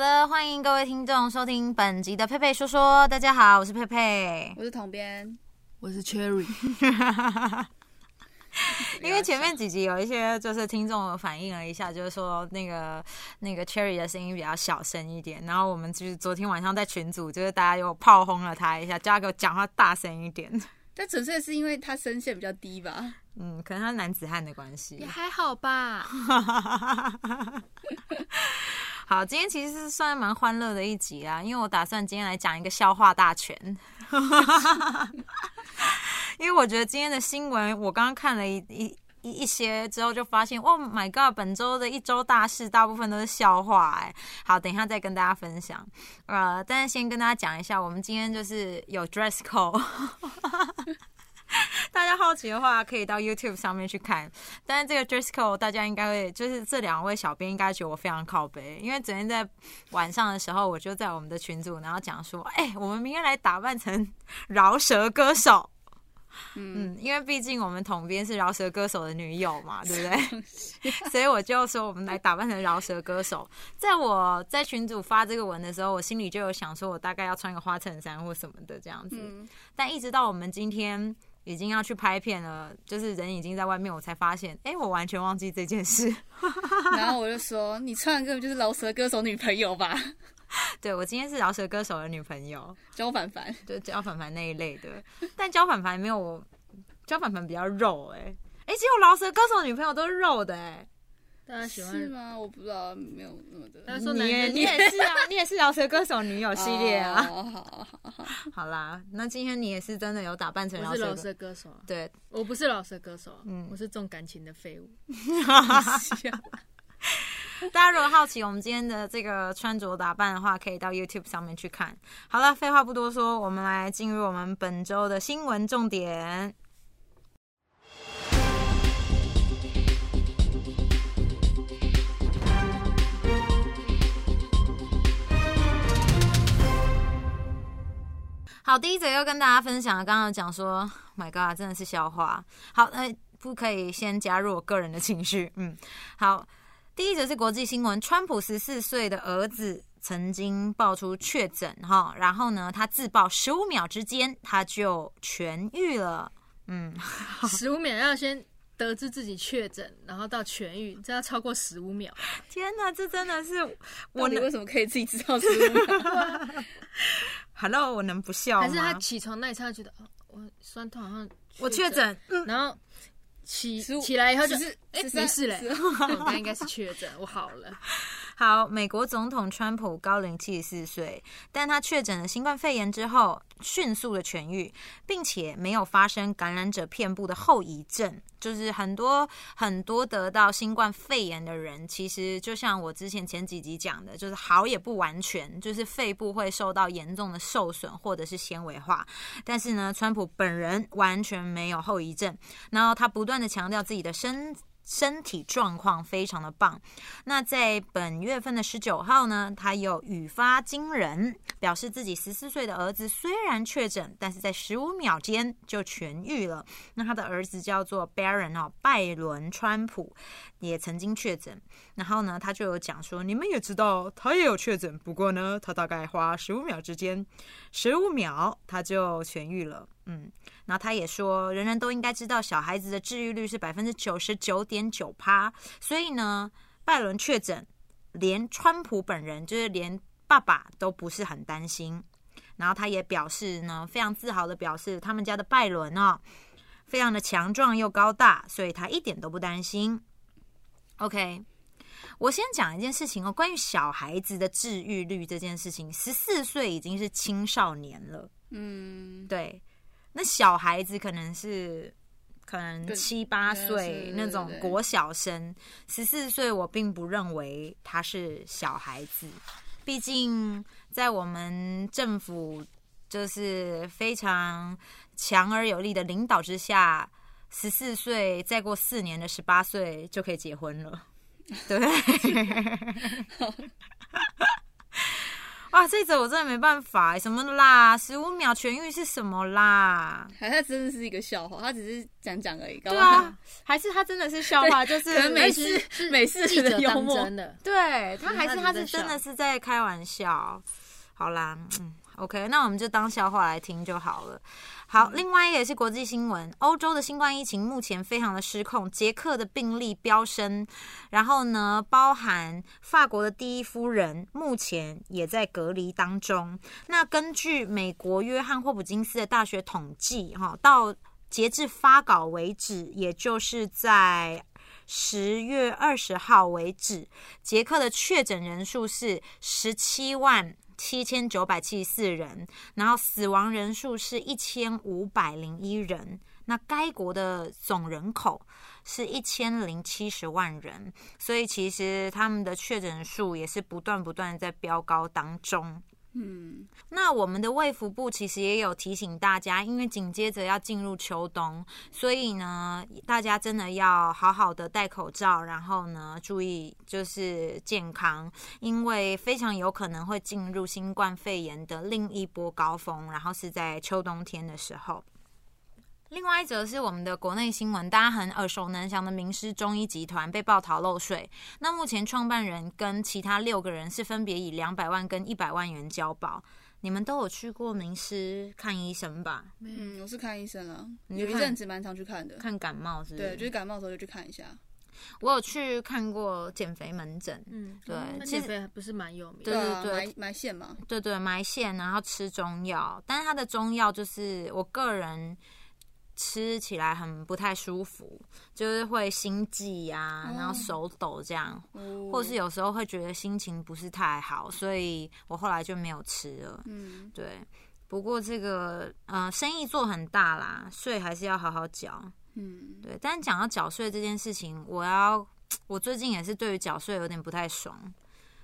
的，欢迎各位听众收听本集的佩佩说说。大家好，我是佩佩。我是统编，我是 Cherry， 因为前面几集有一些就是听众反映了一下，就是说那个那个 Cherry 的声音比较小声一点，然后我们就是昨天晚上在群组，就是大家又炮轰了他一下，叫他给我讲话大声一点。但纯粹是因为他声线比较低吧？嗯，可能他是男子汉的关系也。还好吧。好，今天其实是算蛮欢乐的一集啊，因为我打算今天来讲一个笑话大全。 因为我觉得今天的新闻，我刚刚看了一一一一些之后，就发现，Oh my god，本周的一周大事大部分都是笑话哎、好，等一下再跟大家分享。呃，但是先跟大家讲一下，我们今天就是有 dress code。大 家好奇的话，可以到 YouTube 上面去看。但是这个 dress code 大家应该会，就是这两位小编应该觉得我非常靠背，因为昨天在晚上的时候，我就在我们的群组，然后讲说，哎、我们明天来打扮成饶舌歌手。嗯，嗯，因为毕竟我们统编是饶舌歌手的女友嘛， 对不对？所以我就说我们来打扮成饶舌歌手。在我在群主发这个文的时候，我心里就有想说，我大概要穿个花衬衫或什么的这样子。嗯但一直到我们今天已经要去拍片了，就是人已经在外面，我才发现，哎、我完全忘记这件事。 然后我就说，你唱的根本就是饶舌歌手女朋友吧？对我今天是饶舌歌手的女朋友，周凡凡，就焦凡凡那一类的，但焦凡凡没有我，焦凡凡比较肉哎、诶哎、只有饶舌歌手的女朋友都是肉的哎、诶大家喜是欢，吗？我不知道，没有那么的大家说男你也人你也是啊，你也是饶舌歌手女友系列啊。哦好好好，好啦，那今天你也是真的有打扮成我饶是老舌舌歌，歌手啊，对，我不是老舌歌手啊，嗯我是重感情的废物。 大家如果好奇我们今天的这个穿着打扮的话，可以到 YouTube 上面去看。好了，废话不多说，我们来进入我们本周的新闻重点。好，第一则要跟大家分享的，刚刚有讲说，My，Oh God，真的是笑话。好，那、不可以先加入我个人的情绪。嗯，好，第一则是国际新闻，川普十四岁的儿子曾经爆出确诊哈，然后呢，他自曝十五秒之间他就痊愈了。嗯，十五秒要先得知自己确诊，然后到痊愈，这要超过十五秒。天哪，这真的是我我你能为什么可以自己知道是不是？ ，Hello，我能不笑吗？还是他起床那一刹那觉得，哦，我酸痛好像我确，诊，嗯然后起15起来以后就14哎13没事嘞， 12那应该是确诊，我好 了。好，美国总统川普高龄七十四岁，但他确诊了新冠肺炎之后，迅速的痊愈，并且没有发生感染者遍布的后遗症。就是很多很多得到新冠肺炎的人，其实就像我之前前几集讲的，就是好也不完全，就是肺部会受到严重的受损或者是纤维化。但是呢，川普本人完全没有后遗症，然后他不断的强调自己的身身体状况非常的棒。那在本月份的十九号呢，他有语发惊人，表示自己十四岁的儿子虽然确诊，但是在十五秒间就痊愈了。那他的儿子叫做 Baron 哦，拜伦川普也曾经确诊。然后呢，他就有讲说，你们也知道，他也有确诊，不过呢，他大概花十五秒之间，十五秒他就痊愈了。嗯，然后他也说，人人都应该知道，小孩子的治愈率是百分之九十九点九趴，所以呢，拜伦确诊，连川普本人，就是连爸爸都不是很担心。然后他也表示呢，非常自豪的表示，他们家的拜伦哦，非常的强壮又高大，所以他一点都不担心。OK，我先讲一件事情哦，关于小孩子的治愈率这件事情，十四岁已经是青少年了。嗯，对，那小孩子可能是可能对七八对岁是那种对国小生，十四岁我并不认为他是小孩子，毕竟在我们政府就是非常强而有力的领导之下。十四岁，再过四年的十八岁就可以 结婚了，对不对？啊，这则我真的没办法欸，什么啦？十五秒痊愈是什么啦？还他真的是一个笑话，他只是讲讲而已。搞对不好啊， 还是他真的是笑话，就可是能美式美式记者的幽当默，真的，对他还是他他只是是在真的笑是在开玩笑。好啦，嗯，OK，那我们就当笑话来听就好了。好，嗯另外一个也是国际新闻，欧洲的新冠疫情目前非常的失控，捷克的病例飙升，然后呢，包含法国的第一夫人目前也在隔离当中。那根据美国约翰霍普金斯的大学统计，哈，到截至发稿为止，也就是在十月二十号为止，捷克的确诊人数是十七万七千九百七十四人，然后死亡人数是一千五百零一人。那该国的总人口是一千零七十万人，所以其实他们的确诊数也是不断不断地在飙高当中。嗯，那我们的卫福部其实也有提醒大家，因为紧接着要进入秋冬，所以呢，大家真的要好好的戴口罩，然后呢，注意就是健康，因为非常有可能会进入新冠肺炎的另一波高峰，然后是在秋冬天的时候。另外一则是我们的国内新闻，大家很耳熟能详的名师中医集团被爆逃漏税，那目前创办人跟其他六个人是分别以两百万跟一百万元交保。你们都有去过名师看医生吧？嗯，我是看医生了，你有去一看阵子蛮常去看的。看感冒是不是？对，就是感冒的时候就去看一下。我有去看过减肥门诊，嗯，对哦那其实减肥还不是蛮有名对的，啊，对对埋埋线嘛，对对，埋线，然后吃中药，但是它的中药就是我个人吃起来很不太舒服，就是会心悸呀、哦然后手抖这样，哦或是有时候会觉得心情不是太好，所以我后来就没有吃了。嗯，对，不过这个呃，生意做很大啦，税还是要好好缴。嗯，对，但讲到缴税这件事情，我要我最近也是对于缴税有点不太爽，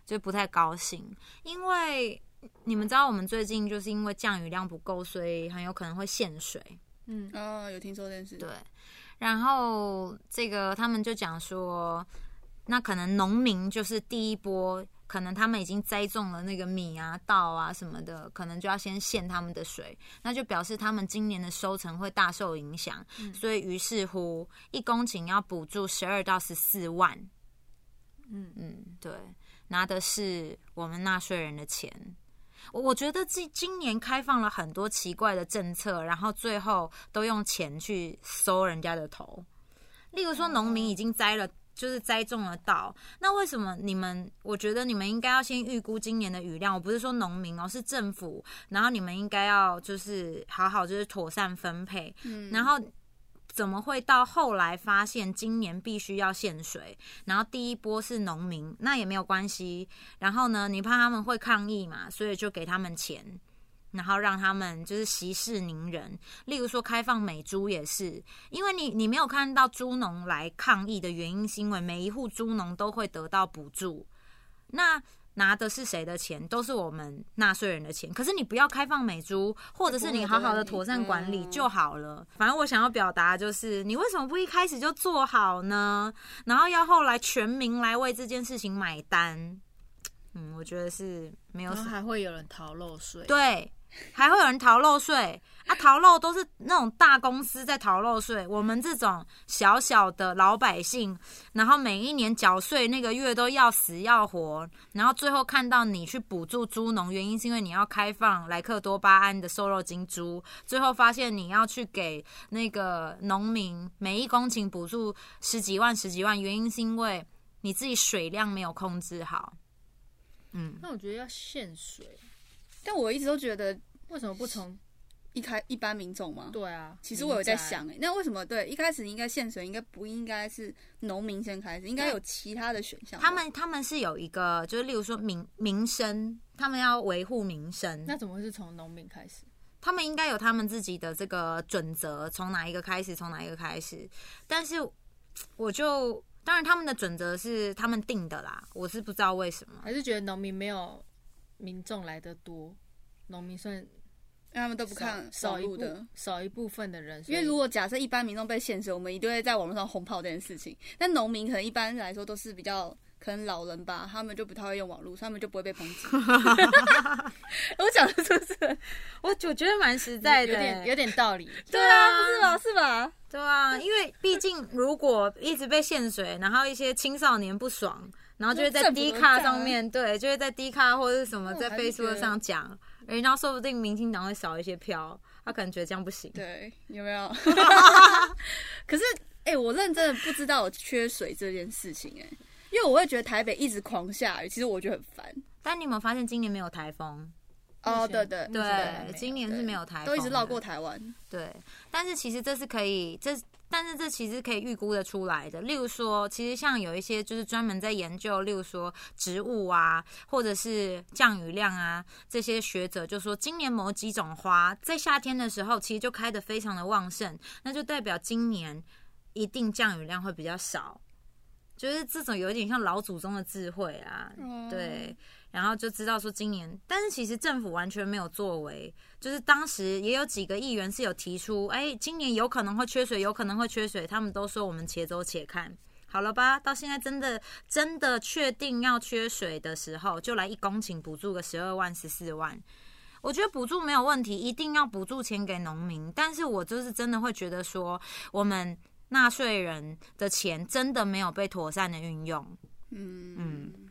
就不太高兴，因为你们知道我们最近就是因为降雨量不够，所以很有可能会限水。嗯，啊，有听说这件事，对，然后这个他们就讲说，那可能农民就是第一波，可能他们已经栽种了那个米啊、稻啊什么的，可能就要先限他们的水，那就表示他们今年的收成会大受影响。所以于是乎，一公顷要补助十二到十四万。嗯嗯，对，拿的是我们纳税人的钱。我我觉得今今年开放了很多奇怪的政策，然后最后都用钱去搜人家的头。例如说，农民已经栽了，就是栽种了稻，那为什么你们？我觉得你们应该要先预估今年的雨量。我不是说农民哦，是政府，然后你们应该要就是好好就是妥善分配，嗯，然后怎么会到后来发现今年必须要限水？然后第一波是农民，那也没有关系。然后呢，你怕他们会抗议嘛，所以就给他们钱，然后让他们就是息事宁人。例如说开放美猪也是，因为你你没有看到猪农来抗议的原因，是因为每一户猪农都会得到补助。那拿的是谁的钱？都是我们纳税人的钱。可是你不要开放美猪，或者是你好好的妥善管理嗯就好了。反正我想要表达的就是，你为什么不一开始就做好呢？然后要后来全民来为这件事情买单。嗯，我觉得是没有然什后么还会有人逃漏税，对，还会有人逃漏税啊！逃漏都是那种大公司在逃漏税，我们这种小小的老百姓，然后每一年缴税那个月都要死要活，然后最后看到你去补助猪农，原因是因为你要开放莱克多巴胺的瘦肉精猪，最后发现你要去给那个农民每一公顷补助十几万十几万，原因是因为你自己水量没有控制好。嗯，那我觉得要限水，但我一直都觉得为什么不从？一开一般民众嘛，对啊，其实我有在想，哎，那为什么对一开始应该限水，应该不应该是农民先开始，应该有其他的选项吧。他们他们是有一个，就是例如说民民生，他们要维护民生，那怎么会是从农民开始？他们应该有他们自己的这个准则，从哪一个开始，从哪一个开始。但是我就当然他们的准则是他们定的啦，我是不知道为什么。还是觉得农民没有民众来的多，农民算因为他们都不少看少网一路部的，少一部分的人，因为如果假设一般民众被限制，我们一定会在网络上轰炮这件事情。但农民可能一般来说都是比较可能老人吧，他们就不太会用网络，所以他们就不会被 抨击。 我讲的是不是？我我觉得蛮实在有的欸，点有点道理。 对啊，不是吧？是吧？对啊，因为毕竟如果一直被限水，然后一些青少年不爽，然后就会在政府都 D 这样卡啊上面对，就会在 D 卡或者是什么在我还是哦觉 Facebook 得上讲，诶然后说不定民进党会少一些票，他可能觉得这样不行。对，有 没有？可是，哎、我认真的不知道有缺水这件事情、哎，因为我会觉得台北一直狂下雨，其实我觉得很烦。但你有没有发现今年没有台风？哦，前对对目前对今年是没有台风都一直绕的过台湾。对，但是其实这是可以，这但是这其实可以预估的出来的。例如说，其实像有一些就是专门在研究，例如说植物啊，或者是降雨量啊，这些学者就说，今年某几种花在夏天的时候其实就开得非常的旺盛，那就代表今年一定降雨量会比较少。就是这种有一点像老祖宗的智慧啊，嗯哦对，然后就知道说今年，但是其实政府完全没有作为，就是当时也有几个议员是有提出，哎，今年有可能会缺水，有可能会缺水，他们都说我们且走且看。好了吧，到现在真的真的确定要缺水的时候，就来一公顷补助个十二万、十四万。我觉得补助没有问题，一定要补助钱给农民。但是我就是真的会觉得说，我们纳税人的钱真的没有被妥善的运用。嗯嗯嗯，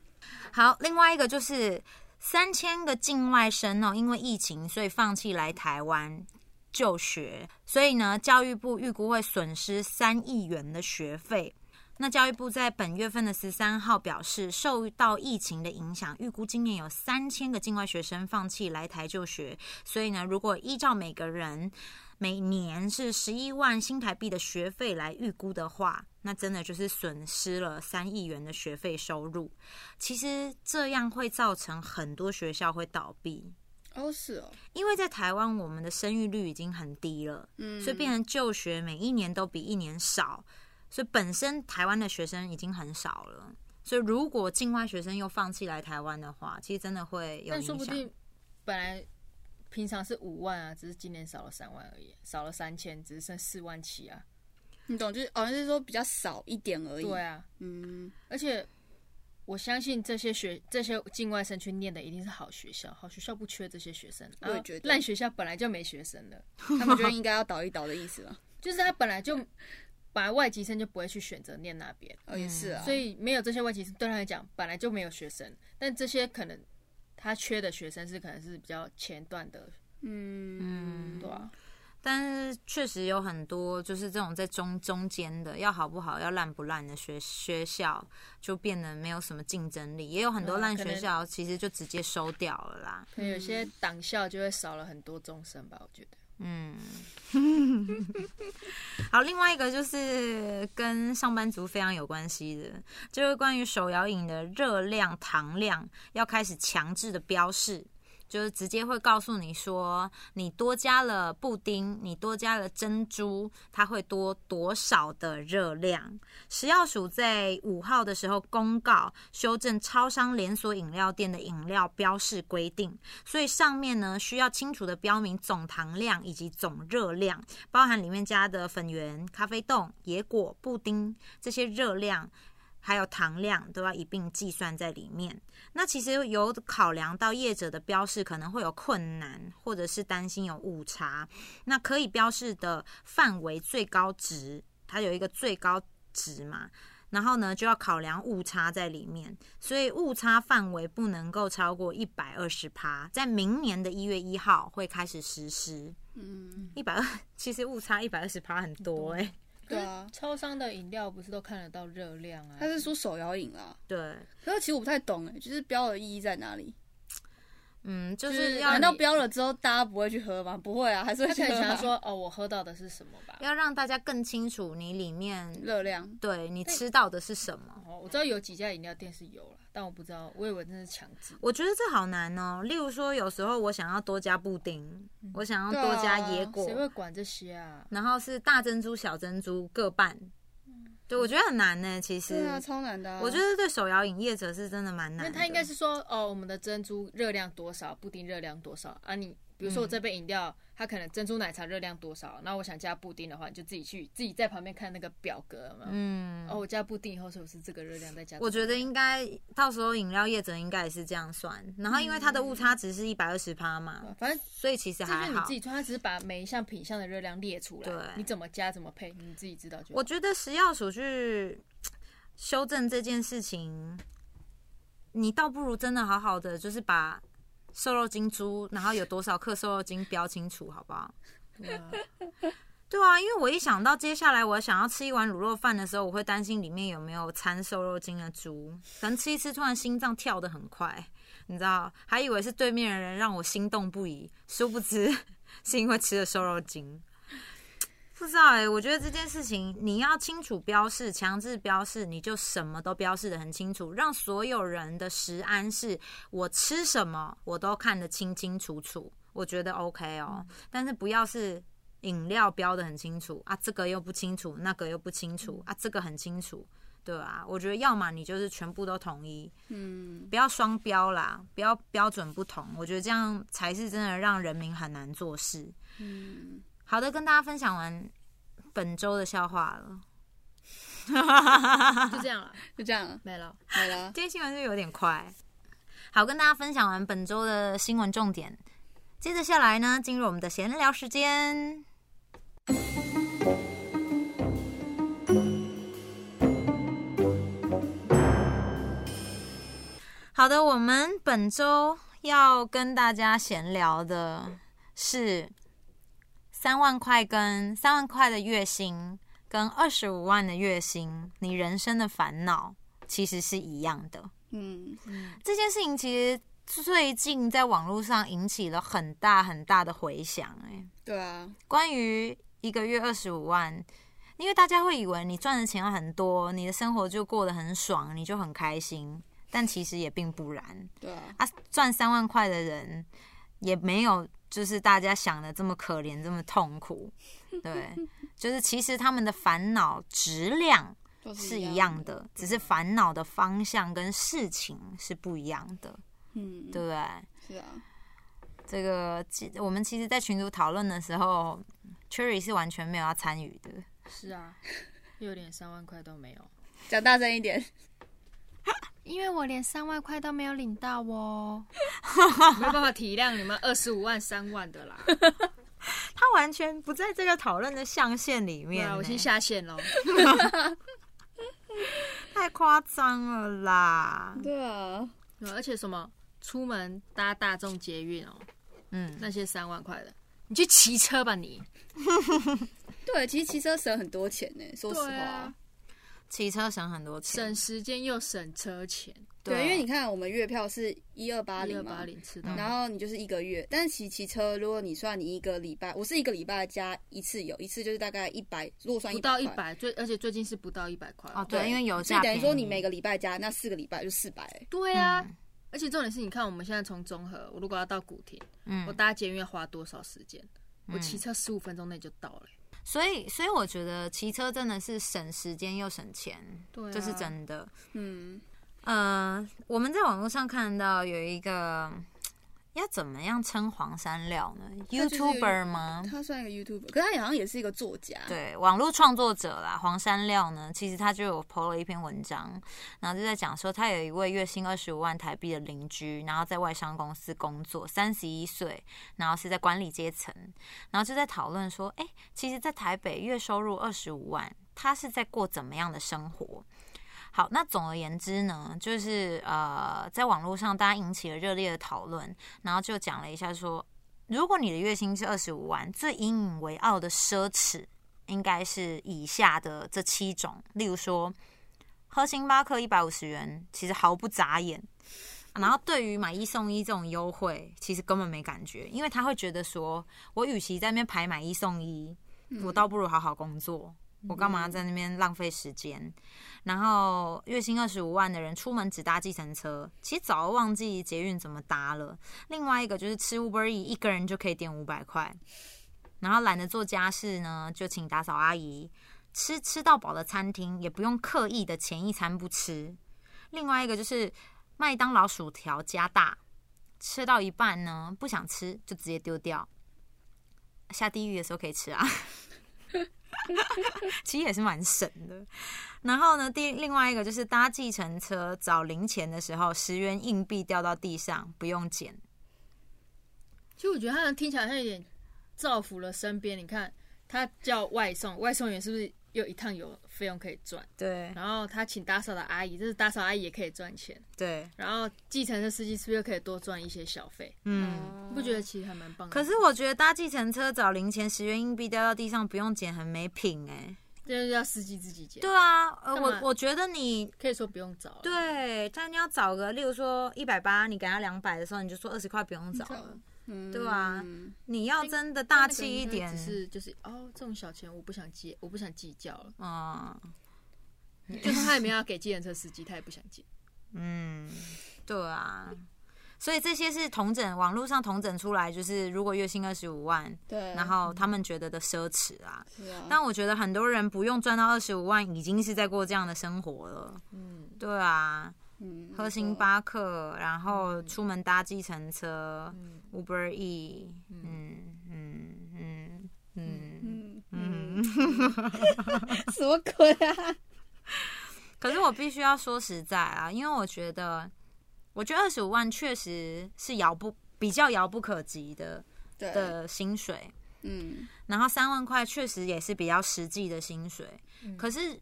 好，另外一个就是三千个境外生哦，因为疫情，所以放弃来台湾就学，所以呢，教育部预估会损失三亿元的学费。那教育部在本月份的十三号表示，受到疫情的影响，预估今年有三千个境外学生放弃来台就学，所以呢，如果依照每个人每年是十一万新台币的学费来预估的话，那真的就是损失了三亿元的学费收入。其实这样会造成很多学校会倒闭，哦是哦，因为在台湾我们的生育率已经很低了，嗯，所以变成就学每一年都比一年少，所以本身台湾的学生已经很少了。所以，如果境外学生又放弃来台湾的话，其实真的会有但影说响不。定本来平常是五万啊，只是今年少了三万而已，少了三千，只是剩四万七啊。你懂，就是好像是说比较少一点而已。对，啊，嗯，而且我相信这些学这些境外生去念的一定是好学校，好学校不缺这些学生。我也啊觉得烂学校本来就没学生了，他们就应该要倒一倒的意思 吧？就是他本来就本来外籍生就不会去选择念那边，哦，也是嗯啊，所以没有这些外籍生对他来讲本来就没有学生，但这些可能他缺的学生是可能是比较前段的，嗯对啊，但是确实有很多就是这种在中中间的，要好不好，要烂不烂的学学校，就变得没有什么竞争力。也有很多嗯烂可学能校，其实就直接收掉了啦。可能有些党校就会少了很多终身吧，我觉得。嗯， 好，另外一个就是跟上班族非常有关系的，就是关于手摇饮的热量、糖量要开始强制的标示。就是直接会告诉你说，你多加了布丁，你多加了珍珠，它会多多少的热量。食药署在五号的时候公告修正超商连锁饮料店的饮料标示规定，所以上面呢需要清楚的标明总糖量以及总热量，包含里面加的粉圆、咖啡冻、野果、布丁这些热量。还有糖量都要一并计算在里面。那其实有考量到业者的标示可能会有困难，或者是担心有误差，那可以标示的范围最高值，它有一个最高值嘛，然后呢就要考量误差在里面，所以误差范围不能够超过一百二十趴，在明年的一月一号会开始实施。嗯，一百二， 其实误差一百二十趴很多哎、对啊，超商的饮料不是都看得到热量啊？他是说手摇饮啦，对，可是其实我不太懂哎，就是标的意义在哪里？嗯，就就是是要难道你标了之后大家不会去喝吗？不会啊，还是他会去可喝能想要啊。 说哦，我喝到的是什么吧？要让大家更清楚你里面热量，对你吃到的是什么？哦，我知道有几家饮料店是有了，但我不知道，我以为那是强制。我觉得这好难哦。例如说，有时候我想要多加布丁，我想要多加野果，谁会管这些啊？然后是大珍珠、小珍珠各半。对，我觉得很难呢。其实对，啊，超难的啊。我觉得对手摇饮业者是真的蛮难那的。他应该是说哦，我们的珍珠热量多少，布丁热量多少啊？你比如说我这杯饮料，它可能珍珠奶茶热量多少，那我想加布丁的话，你就自己去自己在旁边看那个表格有没有嗯，哦，我加布丁以后是不是这个热量再加？我觉得应该到时候饮料业者应该也是这样算，然后因为它的误差值是一百二十趴嘛，啊反正所以其实嗯这就还是你好自。己做，它只是把每一项品项的热量列出来，对你怎么加怎么配，你自己知道就好。我觉得食药署去修正这件事情，你倒不如真的好好的就是把瘦肉精猪，然后有多少克瘦肉精标清楚，好不好？对 啊对啊，因为我一想到接下来我想要吃一碗卤肉饭的时候，我会担心里面有没有掺瘦肉精的猪，可能吃一吃突然心脏跳得很快，你知道，还以为是对面的人让我心动不已，殊不知是因为吃了瘦肉精。不知道哎、我觉得这件事情你要清楚标示，强制标示，你就什么都标示的很清楚，让所有人的食安是我吃什么我都看得清清楚楚，我觉得 OK 哦。但是不要是饮料标的很清楚啊，这个又不清楚，那个又不清楚啊，这个很清楚，对啊，我觉得要么你就是全部都统一，嗯，不要双标啦，不要标准不同，我觉得这样才是真的让人民很难做事。嗯好的，跟大家分享完本周的笑话了。就这样了，就这样了， 没了。没了。今天新闻是有点快。好，跟大家分享完本周的新闻重点，接着下来呢，进入我们的闲聊时间。好的，我们本周要跟大家闲聊的是三万块跟三万块的月薪跟二十五万的月薪，你人生的烦恼其实是一样的。嗯，这件事情其实最近在网络上引起了很大很大的回响、哎，对啊，关于一个月二十五万，因为大家会以为你赚的钱要很多，你的生活就过得很爽，你就很开心，但其实也并不然。对啊，啊，赚三万块的人也没有就是大家想的这么可怜，这么痛苦。对，就是其实他们的烦恼质量都是是一样。的，只是烦恼的方向跟事情是不一样的，嗯，对不对？是啊，这个其我们其实，在群组讨论的时候，Cherry 是完全没有要参与的。是啊，又连三万块都没有，讲大声一点。 因为我连三万块都没有领到哦， 没有办法体谅你们二十五万、三万的啦。他完全不在这个讨论的象限里对面、啊，我先欸下线喽。太夸张了啦。对啊，对啊而且什么出门搭大众捷运哦，嗯，那些三万块的，你去骑车吧你。对，其实骑车省很多钱呢，说实对话啊。骑车省很多钱，省时间又省车钱，啊对，因为你看我们月票是一二八一零二嗯八嘛，零吃到然后你就是一个月，但是骑骑车，如果你算你一个礼拜，我是一个礼拜加一次油，一次就是大概一百，如果算不到一一，百，最而且最近是不到一百块哦，对，因为油所以价等于说你每个个礼拜加那四个礼拜就四百、对啊，而且重点是你看我们现在从中和，我如果要到古亭，我嗯，搭捷运要花多少时间？我骑车十五分钟内就到了欸。所以所以我觉得骑车真的是省时间又省钱，对啊这是真的。嗯，呃，我们在网络上看到有一个要怎么样称黄山料呢就是有一？YouTuber 吗？他算一个 YouTuber，可是他好像也是一个作家，，对，网络创作者啦，黄山料呢，其实他就有 PO 了一篇文章，然后就在讲说，他有一位月薪二十五万台币的邻居，然后在外商公司工作，三十一岁，然后是在管理阶层，然后就在讨论说，哎，其实，在台北月收入二十五万，他是在过怎么样的生活？好，那总而言之呢，就是呃，在网络上大家引起了热烈的讨论，然后就讲了一下说，如果你的月薪是二十五万，最引以为傲的奢侈应该是以下的这七种，例如说喝星巴克一百五十元，其实毫不眨眼。啊然后对于买一送一这种优惠，其实根本没感觉，因为他会觉得说，我与其在那边排买一送一，我倒不如好好工作，我干嘛在那边浪费时间？然后月薪二十五万的人出门只搭计程车，其实早就忘记捷运怎么搭了。另外一个就是吃 Uber E，一个人就可以点五百块，然后懒得做家事呢，就请打扫阿姨。吃吃到饱的餐厅也不用刻意的前一餐不吃。另外一个就是麦当劳薯条加大，吃到一半呢不想吃就直接丢掉。下地狱的时候可以吃啊， 其实也是蛮省的。然后呢，第另外一个就是搭计程车找零钱的时候，十元硬币掉到地上不用捡。其实我觉得他听起来好像有点造福了身边。你看，他叫外送，外送员是不是又一趟有费用可以赚？对然后他请打扫的阿姨，这是打扫阿姨也可以赚钱。对，然后计程车司机是不是又可以多赚一些小费？嗯。你不觉得其实还蛮棒的？可是我觉得搭计程车找零钱十元硬币掉到地上不用捡，很没品哎、这就是要司机自己捡，对啊，呃，干我嘛我觉得你可以说不用找了。对，但你要找个，例如说一百八，你给他两百的时候，你就说二十块不用找了。嗯 对啊嗯你要真的那大个气一人点只，是就是哦，这种小钱我不想计，我不想计较了。嗯就算他也没有要给计程车司机，他也不想接。嗯，对啊。所以这些是同整网络上同整出来，就是如果月薪二十五万，对，然后他们觉得的奢侈啊。是啊但我觉得很多人不用赚到二十五万，已经是在过这样的生活了。嗯，对啊，嗯喝星巴克，然后出门搭计程车、u 啊 b e r E，嗯嗯嗯嗯嗯嗯。什么鬼啊？ 可是我必须要说实在啊，因为我觉得，我觉得二十五万确实是遥不比较遥不可及的对，的薪水，嗯，然后三万块确实也是比较实际的薪水。可是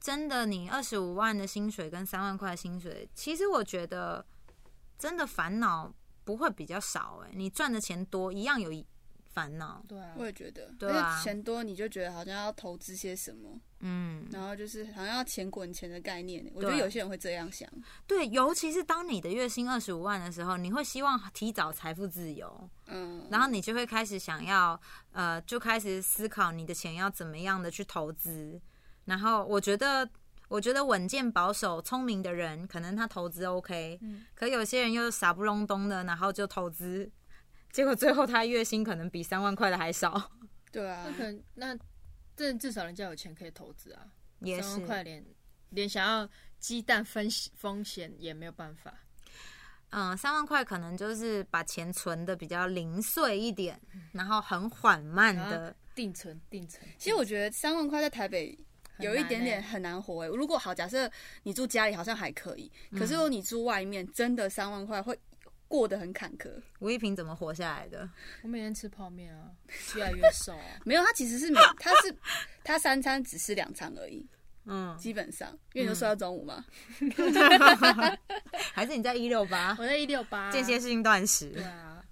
真的，你二十五万的薪水跟三万块的薪水，其实我觉得真的烦恼不会比较少哎、你赚的钱多一样有烦恼。对啊我也觉得，对啊而且钱多你就觉得好像要投资些什么，嗯，然后就是好像要钱滚钱的概念。我觉得对有些人会这样想，对，尤其是当你的月薪二十五万的时候，你会希望提早财富自由。嗯，然后你就会开始想要，呃，就开始思考你的钱要怎么样的去投资。然后我觉得，我觉得稳健、保守、聪明的人，可能他投资 OK，、可有些人又傻不隆咚的，然后就投资，结果最后他月薪可能比三万块的还少，对啊那，可能那这至少人家有钱可以投资啊， 也三是万。块连连想要鸡蛋分析风险也没有办法。嗯，三万块可能就是把钱存的比较零碎一点，然后很缓慢然后的，定存定存，其实我觉得三万块在台北有一点欸点很难活诶、欸如果好，假设你住家里好像还可以，可嗯是如果你住外面，真的三万块会过得很坎坷。吴一平怎么活下来的？我每天吃泡面啊， 越来越瘦 啊。没有，他其实是每他是他三餐只吃两餐而已，嗯，基本上，因为你就睡到中午嘛。 还是你在一六八我在一六八，啊间歇性断食？嗯对啊，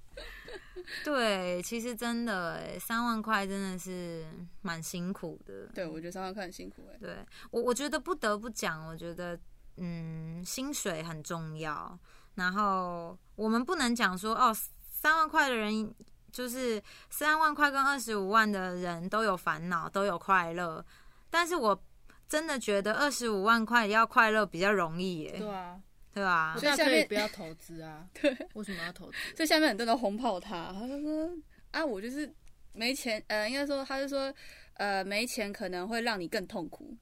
对，其实真的欸，三万块真的是蛮辛苦的。对，我觉得三万块很辛苦欸诶、对我，我觉得不得不讲，我觉得嗯，薪水很重要。然后我们不能讲说哦，三万块的人就是三万块跟二十五万的人都有烦恼，都有快乐。但是我真的觉得二十五万块要快乐比较容易耶对，啊，对吧我？所以大下可以面不 要投资啊。对，为什么要投资？所以下面很多人都轰炮他，他就说啊，我就是没钱，呃，应该说他就说呃，没钱可能会让你更痛苦。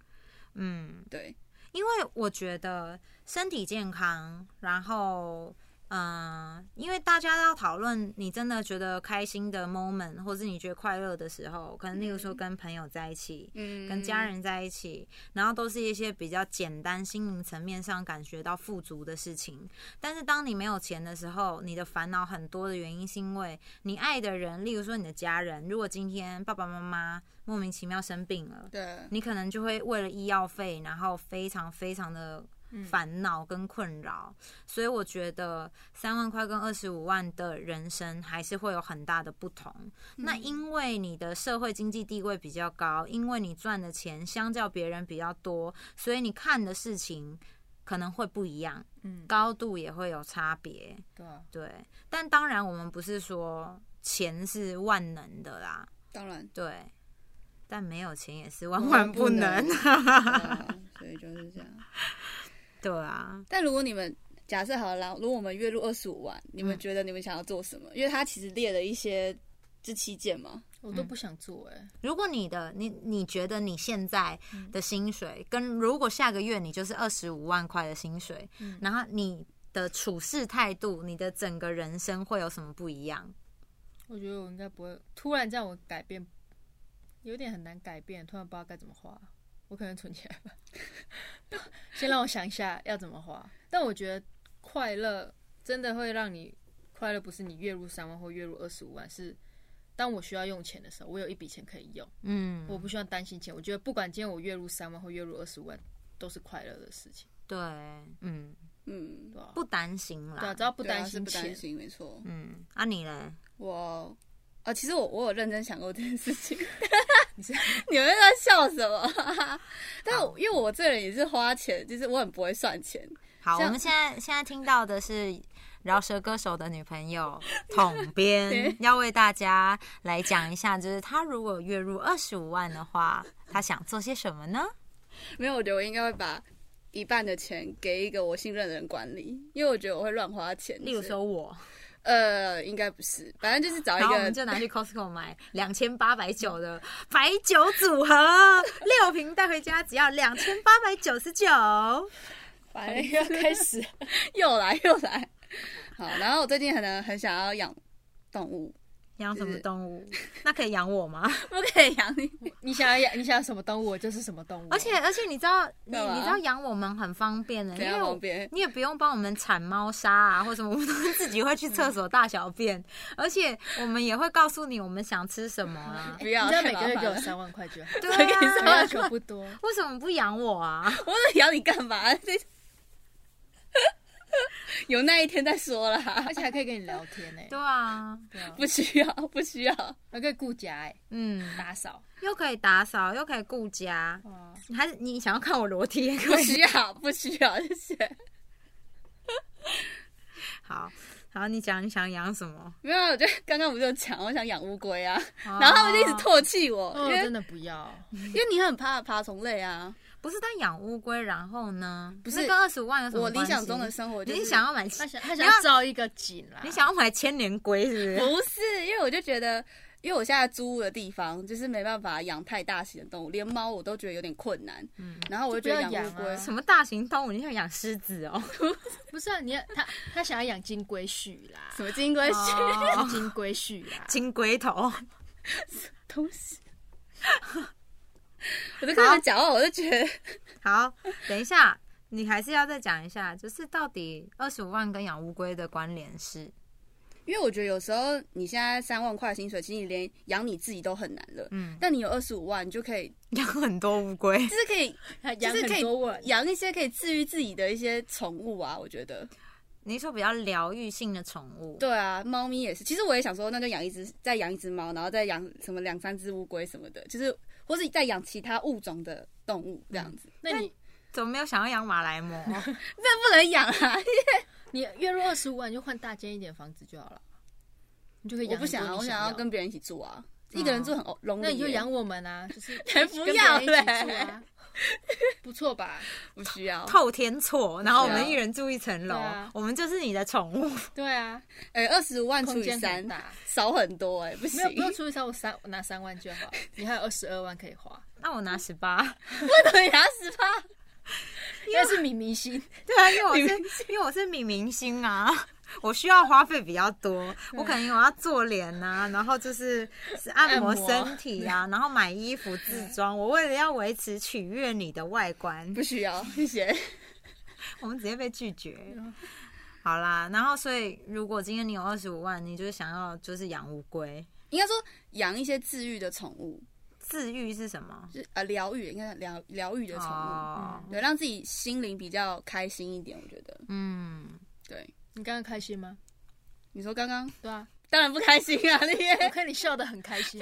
嗯。对，因为我觉得身体健康，然后嗯、呃因为大家要讨论你真的觉得开心的 moment，或是你觉得快乐的时候，可能例如说跟朋友在一起。嗯，跟家人在一起，然后都是一些比较简单心灵层面上感觉到富足的事情。但是当你没有钱的时候，你的烦恼很多的原因是因为你爱的人，例如说你的家人，如果今天爸爸妈妈莫名其妙生病了，嗯对，你可能就会为了医药费，然后非常非常的嗯烦恼跟困扰。所以我觉得三万块跟二十五万的人生还是会有很大的不同。那因为你的社会经济地位比较高，因为你赚的钱相较别人比较多，所以你看的事情可能会不一样，嗯，高度也会有差别。对啊，对，但当然我们不是说钱是万能的啦，。当然 对，但没有钱也是万万不能。对啊所以就是这样。对啊，但如果你们假设好了，如果我们月入二十五万，你们觉得你们想要做什么？因为他其实列了一些这期间嘛，我都不想做哎、如果你的你你觉得你现在的薪水跟如果下个月你就是二十五万块的薪水，然后你的处事态度，你的整个人生会有什么不一样？我觉得我应该不会突然这样，我改变有点很难改变，突然不知道该怎么花，我可能存起来吧。 先让我想一下要怎么花。但我觉得快乐真的会让你快乐，不是你月入三万或月入二十五万，是当我需要用钱的时候，我有一笔钱可以用，嗯，我不需要担心钱。我觉得不管今天我月入三万或月入二十五万，都是快乐的事情，对，嗯，嗯，对吧、不担心啦，对啊，只要不不担心心不担钱，心，没错。嗯，啊你嘞？我啊，其实我我有认真想过这件事情。你们在笑什么？但我因为我这个人也是花钱，就是我很不会算钱。好，像我们现在现在听到的是饶舌歌手的女朋友统编对要为大家来讲一下，就是她如果月入二十五万的话，她想做些什么呢？没有，我觉得我应该会把一半的钱给一个我信任的人管理，因为我觉得我会乱花钱。例如是，说我，呃，应该不是，反正就是找一然后我们个。就拿去 Costco 买两千八百九的白酒组 合，六瓶带回家只要两千八百九十九。反哎正要开始了， 又来又来。好，然后我最近可能很想要养动物，养什么动物？那可以养我 吗？我可以养你。 你想要养你想要什么动物，我就是什么动物。啊而且而且你知道，你干嘛你知道养我们很方便的，怎因样为我方便你也不用帮我们铲猫砂啊或什么，我们都是自己会去嗯厕所大小便，而且我们也会告诉你我们想吃什么 啊。不要你只要太每麻个月烦给我了三万块就好，对给你没啊要，求不多。为什么不养我啊？ 我在养你干嘛？这 有那一天再说啦 而，且还可以跟你聊天呢、欸对啊，对啊，不需要，不需要。还可以顾家哎、嗯，打扫又可以打扫，又可以顾家，啊，你还是你想要看我裸体也不可以。需要，不需要，谢谢。好，好，你讲你想养什么？没有，我觉得刚刚不就讲，我想养乌龟啊，哦 然后他们就一直唾弃我，哦，因为真的不要，因为你很怕爬虫类啊。不是但养乌龟，然后呢？不是那跟二十五万有什么我关系？理想中的生活就你是是想要买，他想他你想要造一个景啦，你想要买千年龟是不 是？不是，因为我就觉得，因为我现在租屋的地方就是没办法养太大型的动物，连猫我都觉得有点困难。嗯然后我就觉得养乌啊龟， 什么大型动物？你想养狮子 哦？不是啊？你要他他想要养金龟婿啦，什么金龟婿、 哦金龟婿啦，金龟头。东西，我就看他们讲话，我就觉得好，等一下，你还是要再讲一下，就是到底二十五万跟养乌龟的关联是？因为我觉得有时候你现在三万块的薪水，其实你连养你自己都很难了。嗯，但你有二十五万，你就可以，养很多乌龟 就。是可以他就养是可很以多碗，养一些可以治愈自己的一些宠物啊。我觉得，你说比较疗愈性的宠物，对啊，猫咪也是。其实我也想说，那就养一只，再养一只猫，然后再养什么两三只乌龟什么的，就是或是再养其他物种的动物这样子。那你怎么没有想要养马来貘？那不能养啊！ 你月入二十五万，你就换大间一点房子就好了，你就可以我养不很多想你啊，想我想要要跟别人一起住啊，一个人住很 lonely 那你就耶 养我们啊，就是才不要嘞跟别人一起住啊，不错吧？ 不 需要。透天厝，然后我对们啊一人住一层楼对啊，我们就是你的宠物。对啊，哎，二十五万除空以间三很，大。少很多哎、不没行有，。不用出一张，我三我拿三万就好了。你还有二十二万可以 花，那我拿十八， 对啊牙齿 吧，因为是米明星， 对啊，因为我是 因为我是女明星啊。 我需要花费比较多，我可能我要做脸呐、然后就是是按摩按摩身体呀、然后买衣服、自装。我为了要维持取悦你的外观， 不需要，谢谢。我们直接被拒绝。好啦，然后所以如果今天你有二十五万，你就是想要就是养乌龟，应该说养一些治愈的宠物，自愈是什么？就是呃疗愈，应该讲疗疗愈的宠物，哦，对，让自己心灵比较开心一点。我觉得，嗯，对，你刚刚开心吗？你说刚刚 对啊，当然不开心 啊，那我些看你笑得很 开心、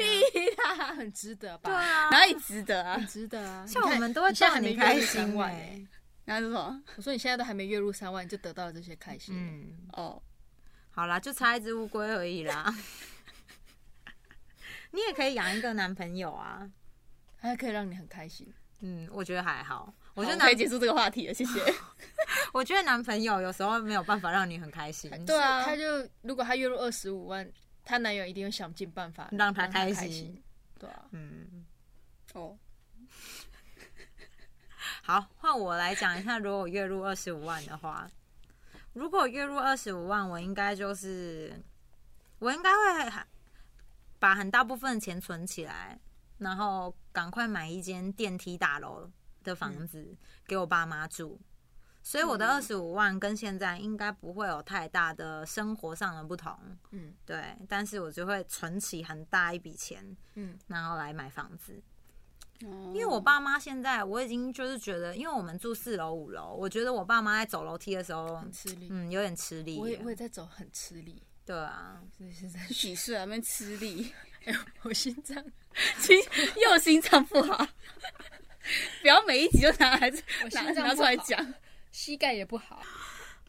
啊，啦很值得对吧？啊，哪里值得啊很？值得啊！像你看我们都会你现在逗还你没开月入心三万、欸欸，然后是什么？我说你现在都还没月入三万，你就得到了这些开心、欸。嗯，哦，好啦，就差一只乌龟而已啦。 你也可以养一个男朋友啊，还可以让你很开心。嗯，我觉得还好。我我觉得就男可以，结束这个话题了，谢谢。 我觉得男朋友有时候没有办法让你很开心，对啊他就如果他月入二十五万，她男友一定会想尽办法让他她开开心。对啊，嗯，哦，好，换我来讲一下，如果我月入二十五万的话，如果月入二十五万，我应该就是我应该会很把很大部分的钱存起来，然后赶快买一间电梯大楼的房子、给我爸妈住。所以我的二嗯十五万跟现在应该不会有太大的生活上的不同，嗯对。但是我就会存起很大一笔钱，嗯然后来买房子。因哦因为我爸妈现在，我已经就是觉得，因为我们住四楼五楼，我觉得我爸妈在走楼梯的时候，吃力。嗯，有点吃力我也我也耶。在走，很吃力，对啊，所以现在几岁还没啊吃力， 我心脏，心又心脏不好， 不要每一集就拿来 我心拿脏拿出来不好，讲。膝盖也不好。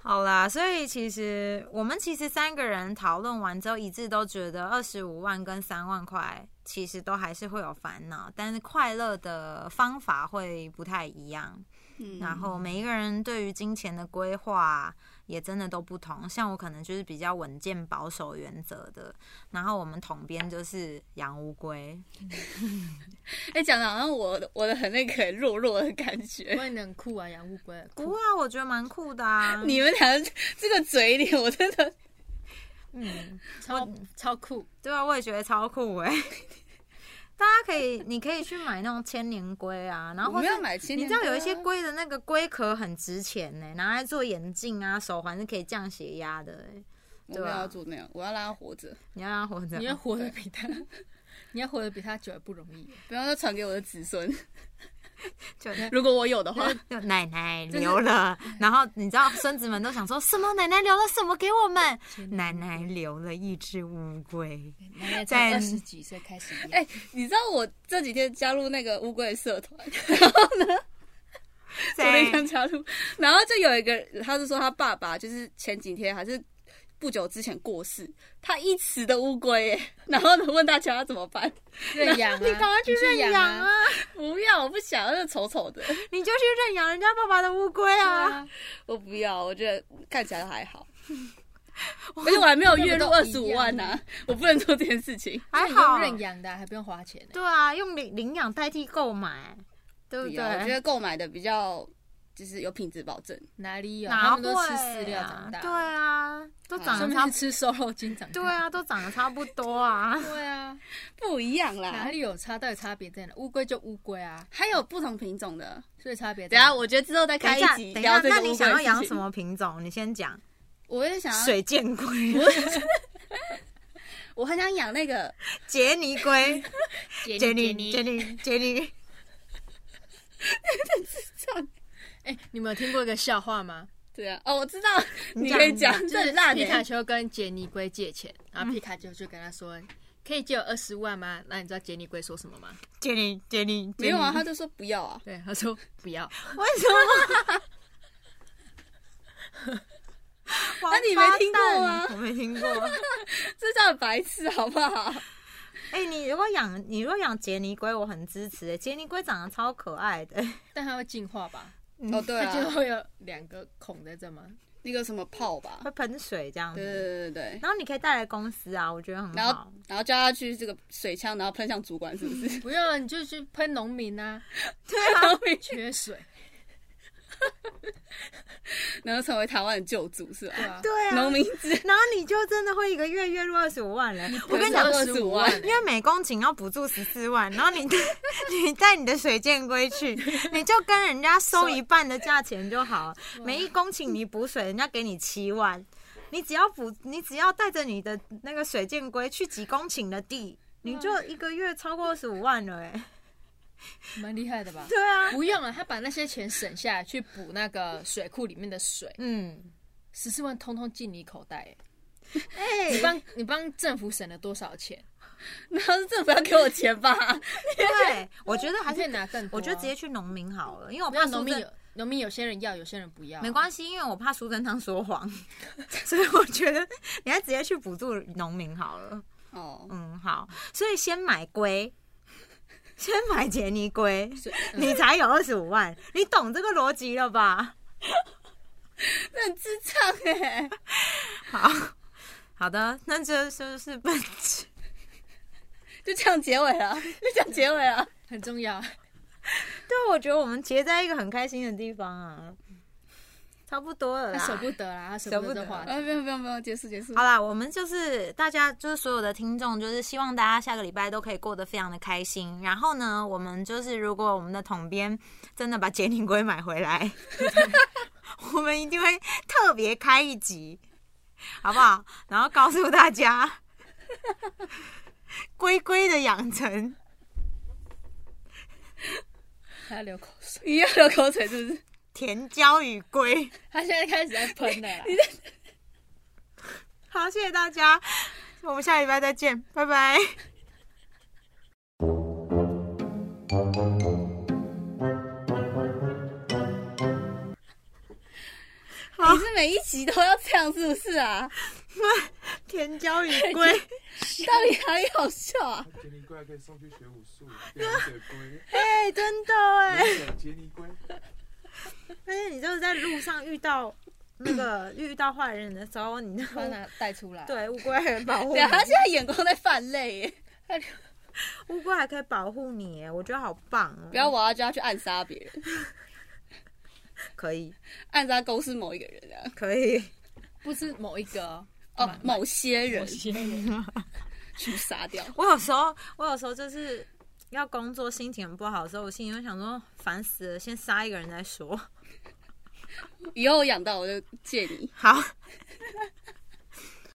好啦，所以其实我们其实三个人讨论完之后，一致都觉得二十五万跟三万块其实都还是会有烦恼，但是快乐的方法会不太一样。嗯然后每一个人对于金钱的规划也真的都不同，像我可能就是比较稳健保守原则的，然后我们统编就是养乌龟。哎，讲的好像我的我的很那个弱弱的感觉。我也很酷啊，养乌龟很不酷会。啊，我觉得蛮酷的啊。你们俩这个嘴脸，我真的嗯，超超酷，对啊，我也觉得超酷哎、大家可以，你可以去买那种千年龟啊，然后我或们是要买千你年知龟啊，道有一些龟的那个龟壳很值钱呢、拿来做眼镜啊、手环是可以降血压的、欸。我对没有啊要做那样，我要让它活着，你要让它活着你，要活得比他， 你要活得比他久也不容易。不要再传给我的子孙。 就如果我有的话，就奶奶留了，然后你知道孙子们都想说什么？奶奶留了什么给我们？奶奶留了一只乌龟。奶奶在在20几岁开始哎、你知道我这几天加入那个乌龟社团，昨在天刚加入，然后就有一个，他就说他爸爸就是前几天还是不久之前过世，他一池的乌龟耶，然后呢问大家要怎么办？ 认养啊，你你赶快去认养养啊！！不要，我不想，那个丑丑的，你就去认养人家爸爸的乌龟对啊！啊， 我不要，我觉得看起来还好。而且我还没有月入那二不十都五一样万呢、啊吗我不能做这件事 情。还那你好用认养的啊还不用花钱呢。对啊，用领领养代替购买，对不不要我觉对？啊得购买的比较就是有品质保证。哪里有？哪他会们都吃饲料啊长大的，对啊，都长说得明差是，吃瘦肉精长大。。对，啊，都长得差不多啊对啊，不一样哪啦，里有差？到底差别在哪？乌龟就乌龟啊，还有不同品种的。所以差别在等哪。一下，啊我觉得之后再 等开一下，集等一聊下，这个那你乌龟想要事养情什？么品种？你先讲。我也想要，水箭 龟、我很想养那个，杰尼龟、杰杰尼尼、杰尼、杰尼。哎，你们有听过一个笑话吗？对啊，哦，我知道， 你你讲可以讲你，就这是烂皮卡欸丘跟杰尼龟借钱，然后皮卡丘就跟他说：“可以借我二十万吗？”那你知道杰尼龟说什么吗？杰尼、杰尼，没有啊，杰他尼就说不要啊，对，他说不要。为什 么？王那你没八听过蛋吗我没听 过。这叫白痴好不好？哎、你如果养你如果养杰尼龟，我很支持、欸。杰尼龟长得超可爱的、但它会进化吧？嗯哦，对 它就啊，会有两个孔在这吗？那个什么泡吧会，喷水这样对子。对对对，然后你可以带来公司啊，我觉得很然后嗯好。然后叫他去这个水枪，然后喷向主管，是不是？不用，你就去喷农民啊， 对 啊，缺水，然后成为台湾的救主是吧？对啊，对啊农。民之然后你就真的会一个月月入二十五万嘞、我跟你讲，二25十五欸万因为每公顷要补助十四万，然后你你带你的水箭龟 去，你就跟人家收一半的价钱就好。每一公顷你补水，人家给你七万，你只要补，你只要带着你的那个水箭龟去几公顷的地，你就嗯一个月超过二十五万了、哎， 蛮厉害的吧？对啊， 不用了，他把那些钱省下来去补那个水库里面的水，嗯，十四万通通进你口袋。哎、哎你帮你帮政府省了多少钱？ 然后政府要给我钱吧？对，我觉得还还可以是，拿更多啊。我觉得直接去农民好了，因为我没有怕农苏民贞有农民有些人要，有些人不要。没关系，因为我怕苏贞昌说 谎，所以我觉得你还直接去补助农民好了。哦，嗯，好，所以先买龟，先买杰尼龟，所以，嗯你才有二十五万，你懂这个逻辑了吧？那很智障哎、好好的，那这就是本集就这样结尾了，就这样结尾啊 了。很重要。对，我觉得我们结在一个很开心的地方啊。啊差不多了他舍啦。不得啦，他舍舍不不得得这话题。啊，不用不用不用，结束结束好。啦，我们就是大家，就是所有的听众，就是希望大家下个礼拜都可以过得非常的开心。然后呢，我们就是如果我们的统编真的把杰宁龟买回来， 我们一定会特别开一集，好不好？然后告诉大家龟龟的养成。他要流口水，你要流口水是不 是？甜椒与龟。他现在开始在喷 了啦。好，谢谢大家，我们下礼拜再见，拜拜。好你，是每一集都要这样是不是啊？甜椒与龟，到底哪里好笑 啊？杰尼龟还可以送去学武术，变成水龟，哎、真的哎，小杰尼龟。而且你就是在路上遇到那 个遇到坏人的时候，你就把它拿带出来。，对乌龟还能保护对你啊，，他现在眼光在泛泪耶。乌龟还可以保护你哎，我觉得好棒哦。 不要，我要叫他去暗杀别人，可以，暗杀公司某一个人这样。可以，不是某一个哦哦，某些某人些人。去杀掉。我有时候，我有时候就是要工作，心情很不好的时候，我心里会想说，烦死了，先杀一个人再说。以后养到我就借你。好，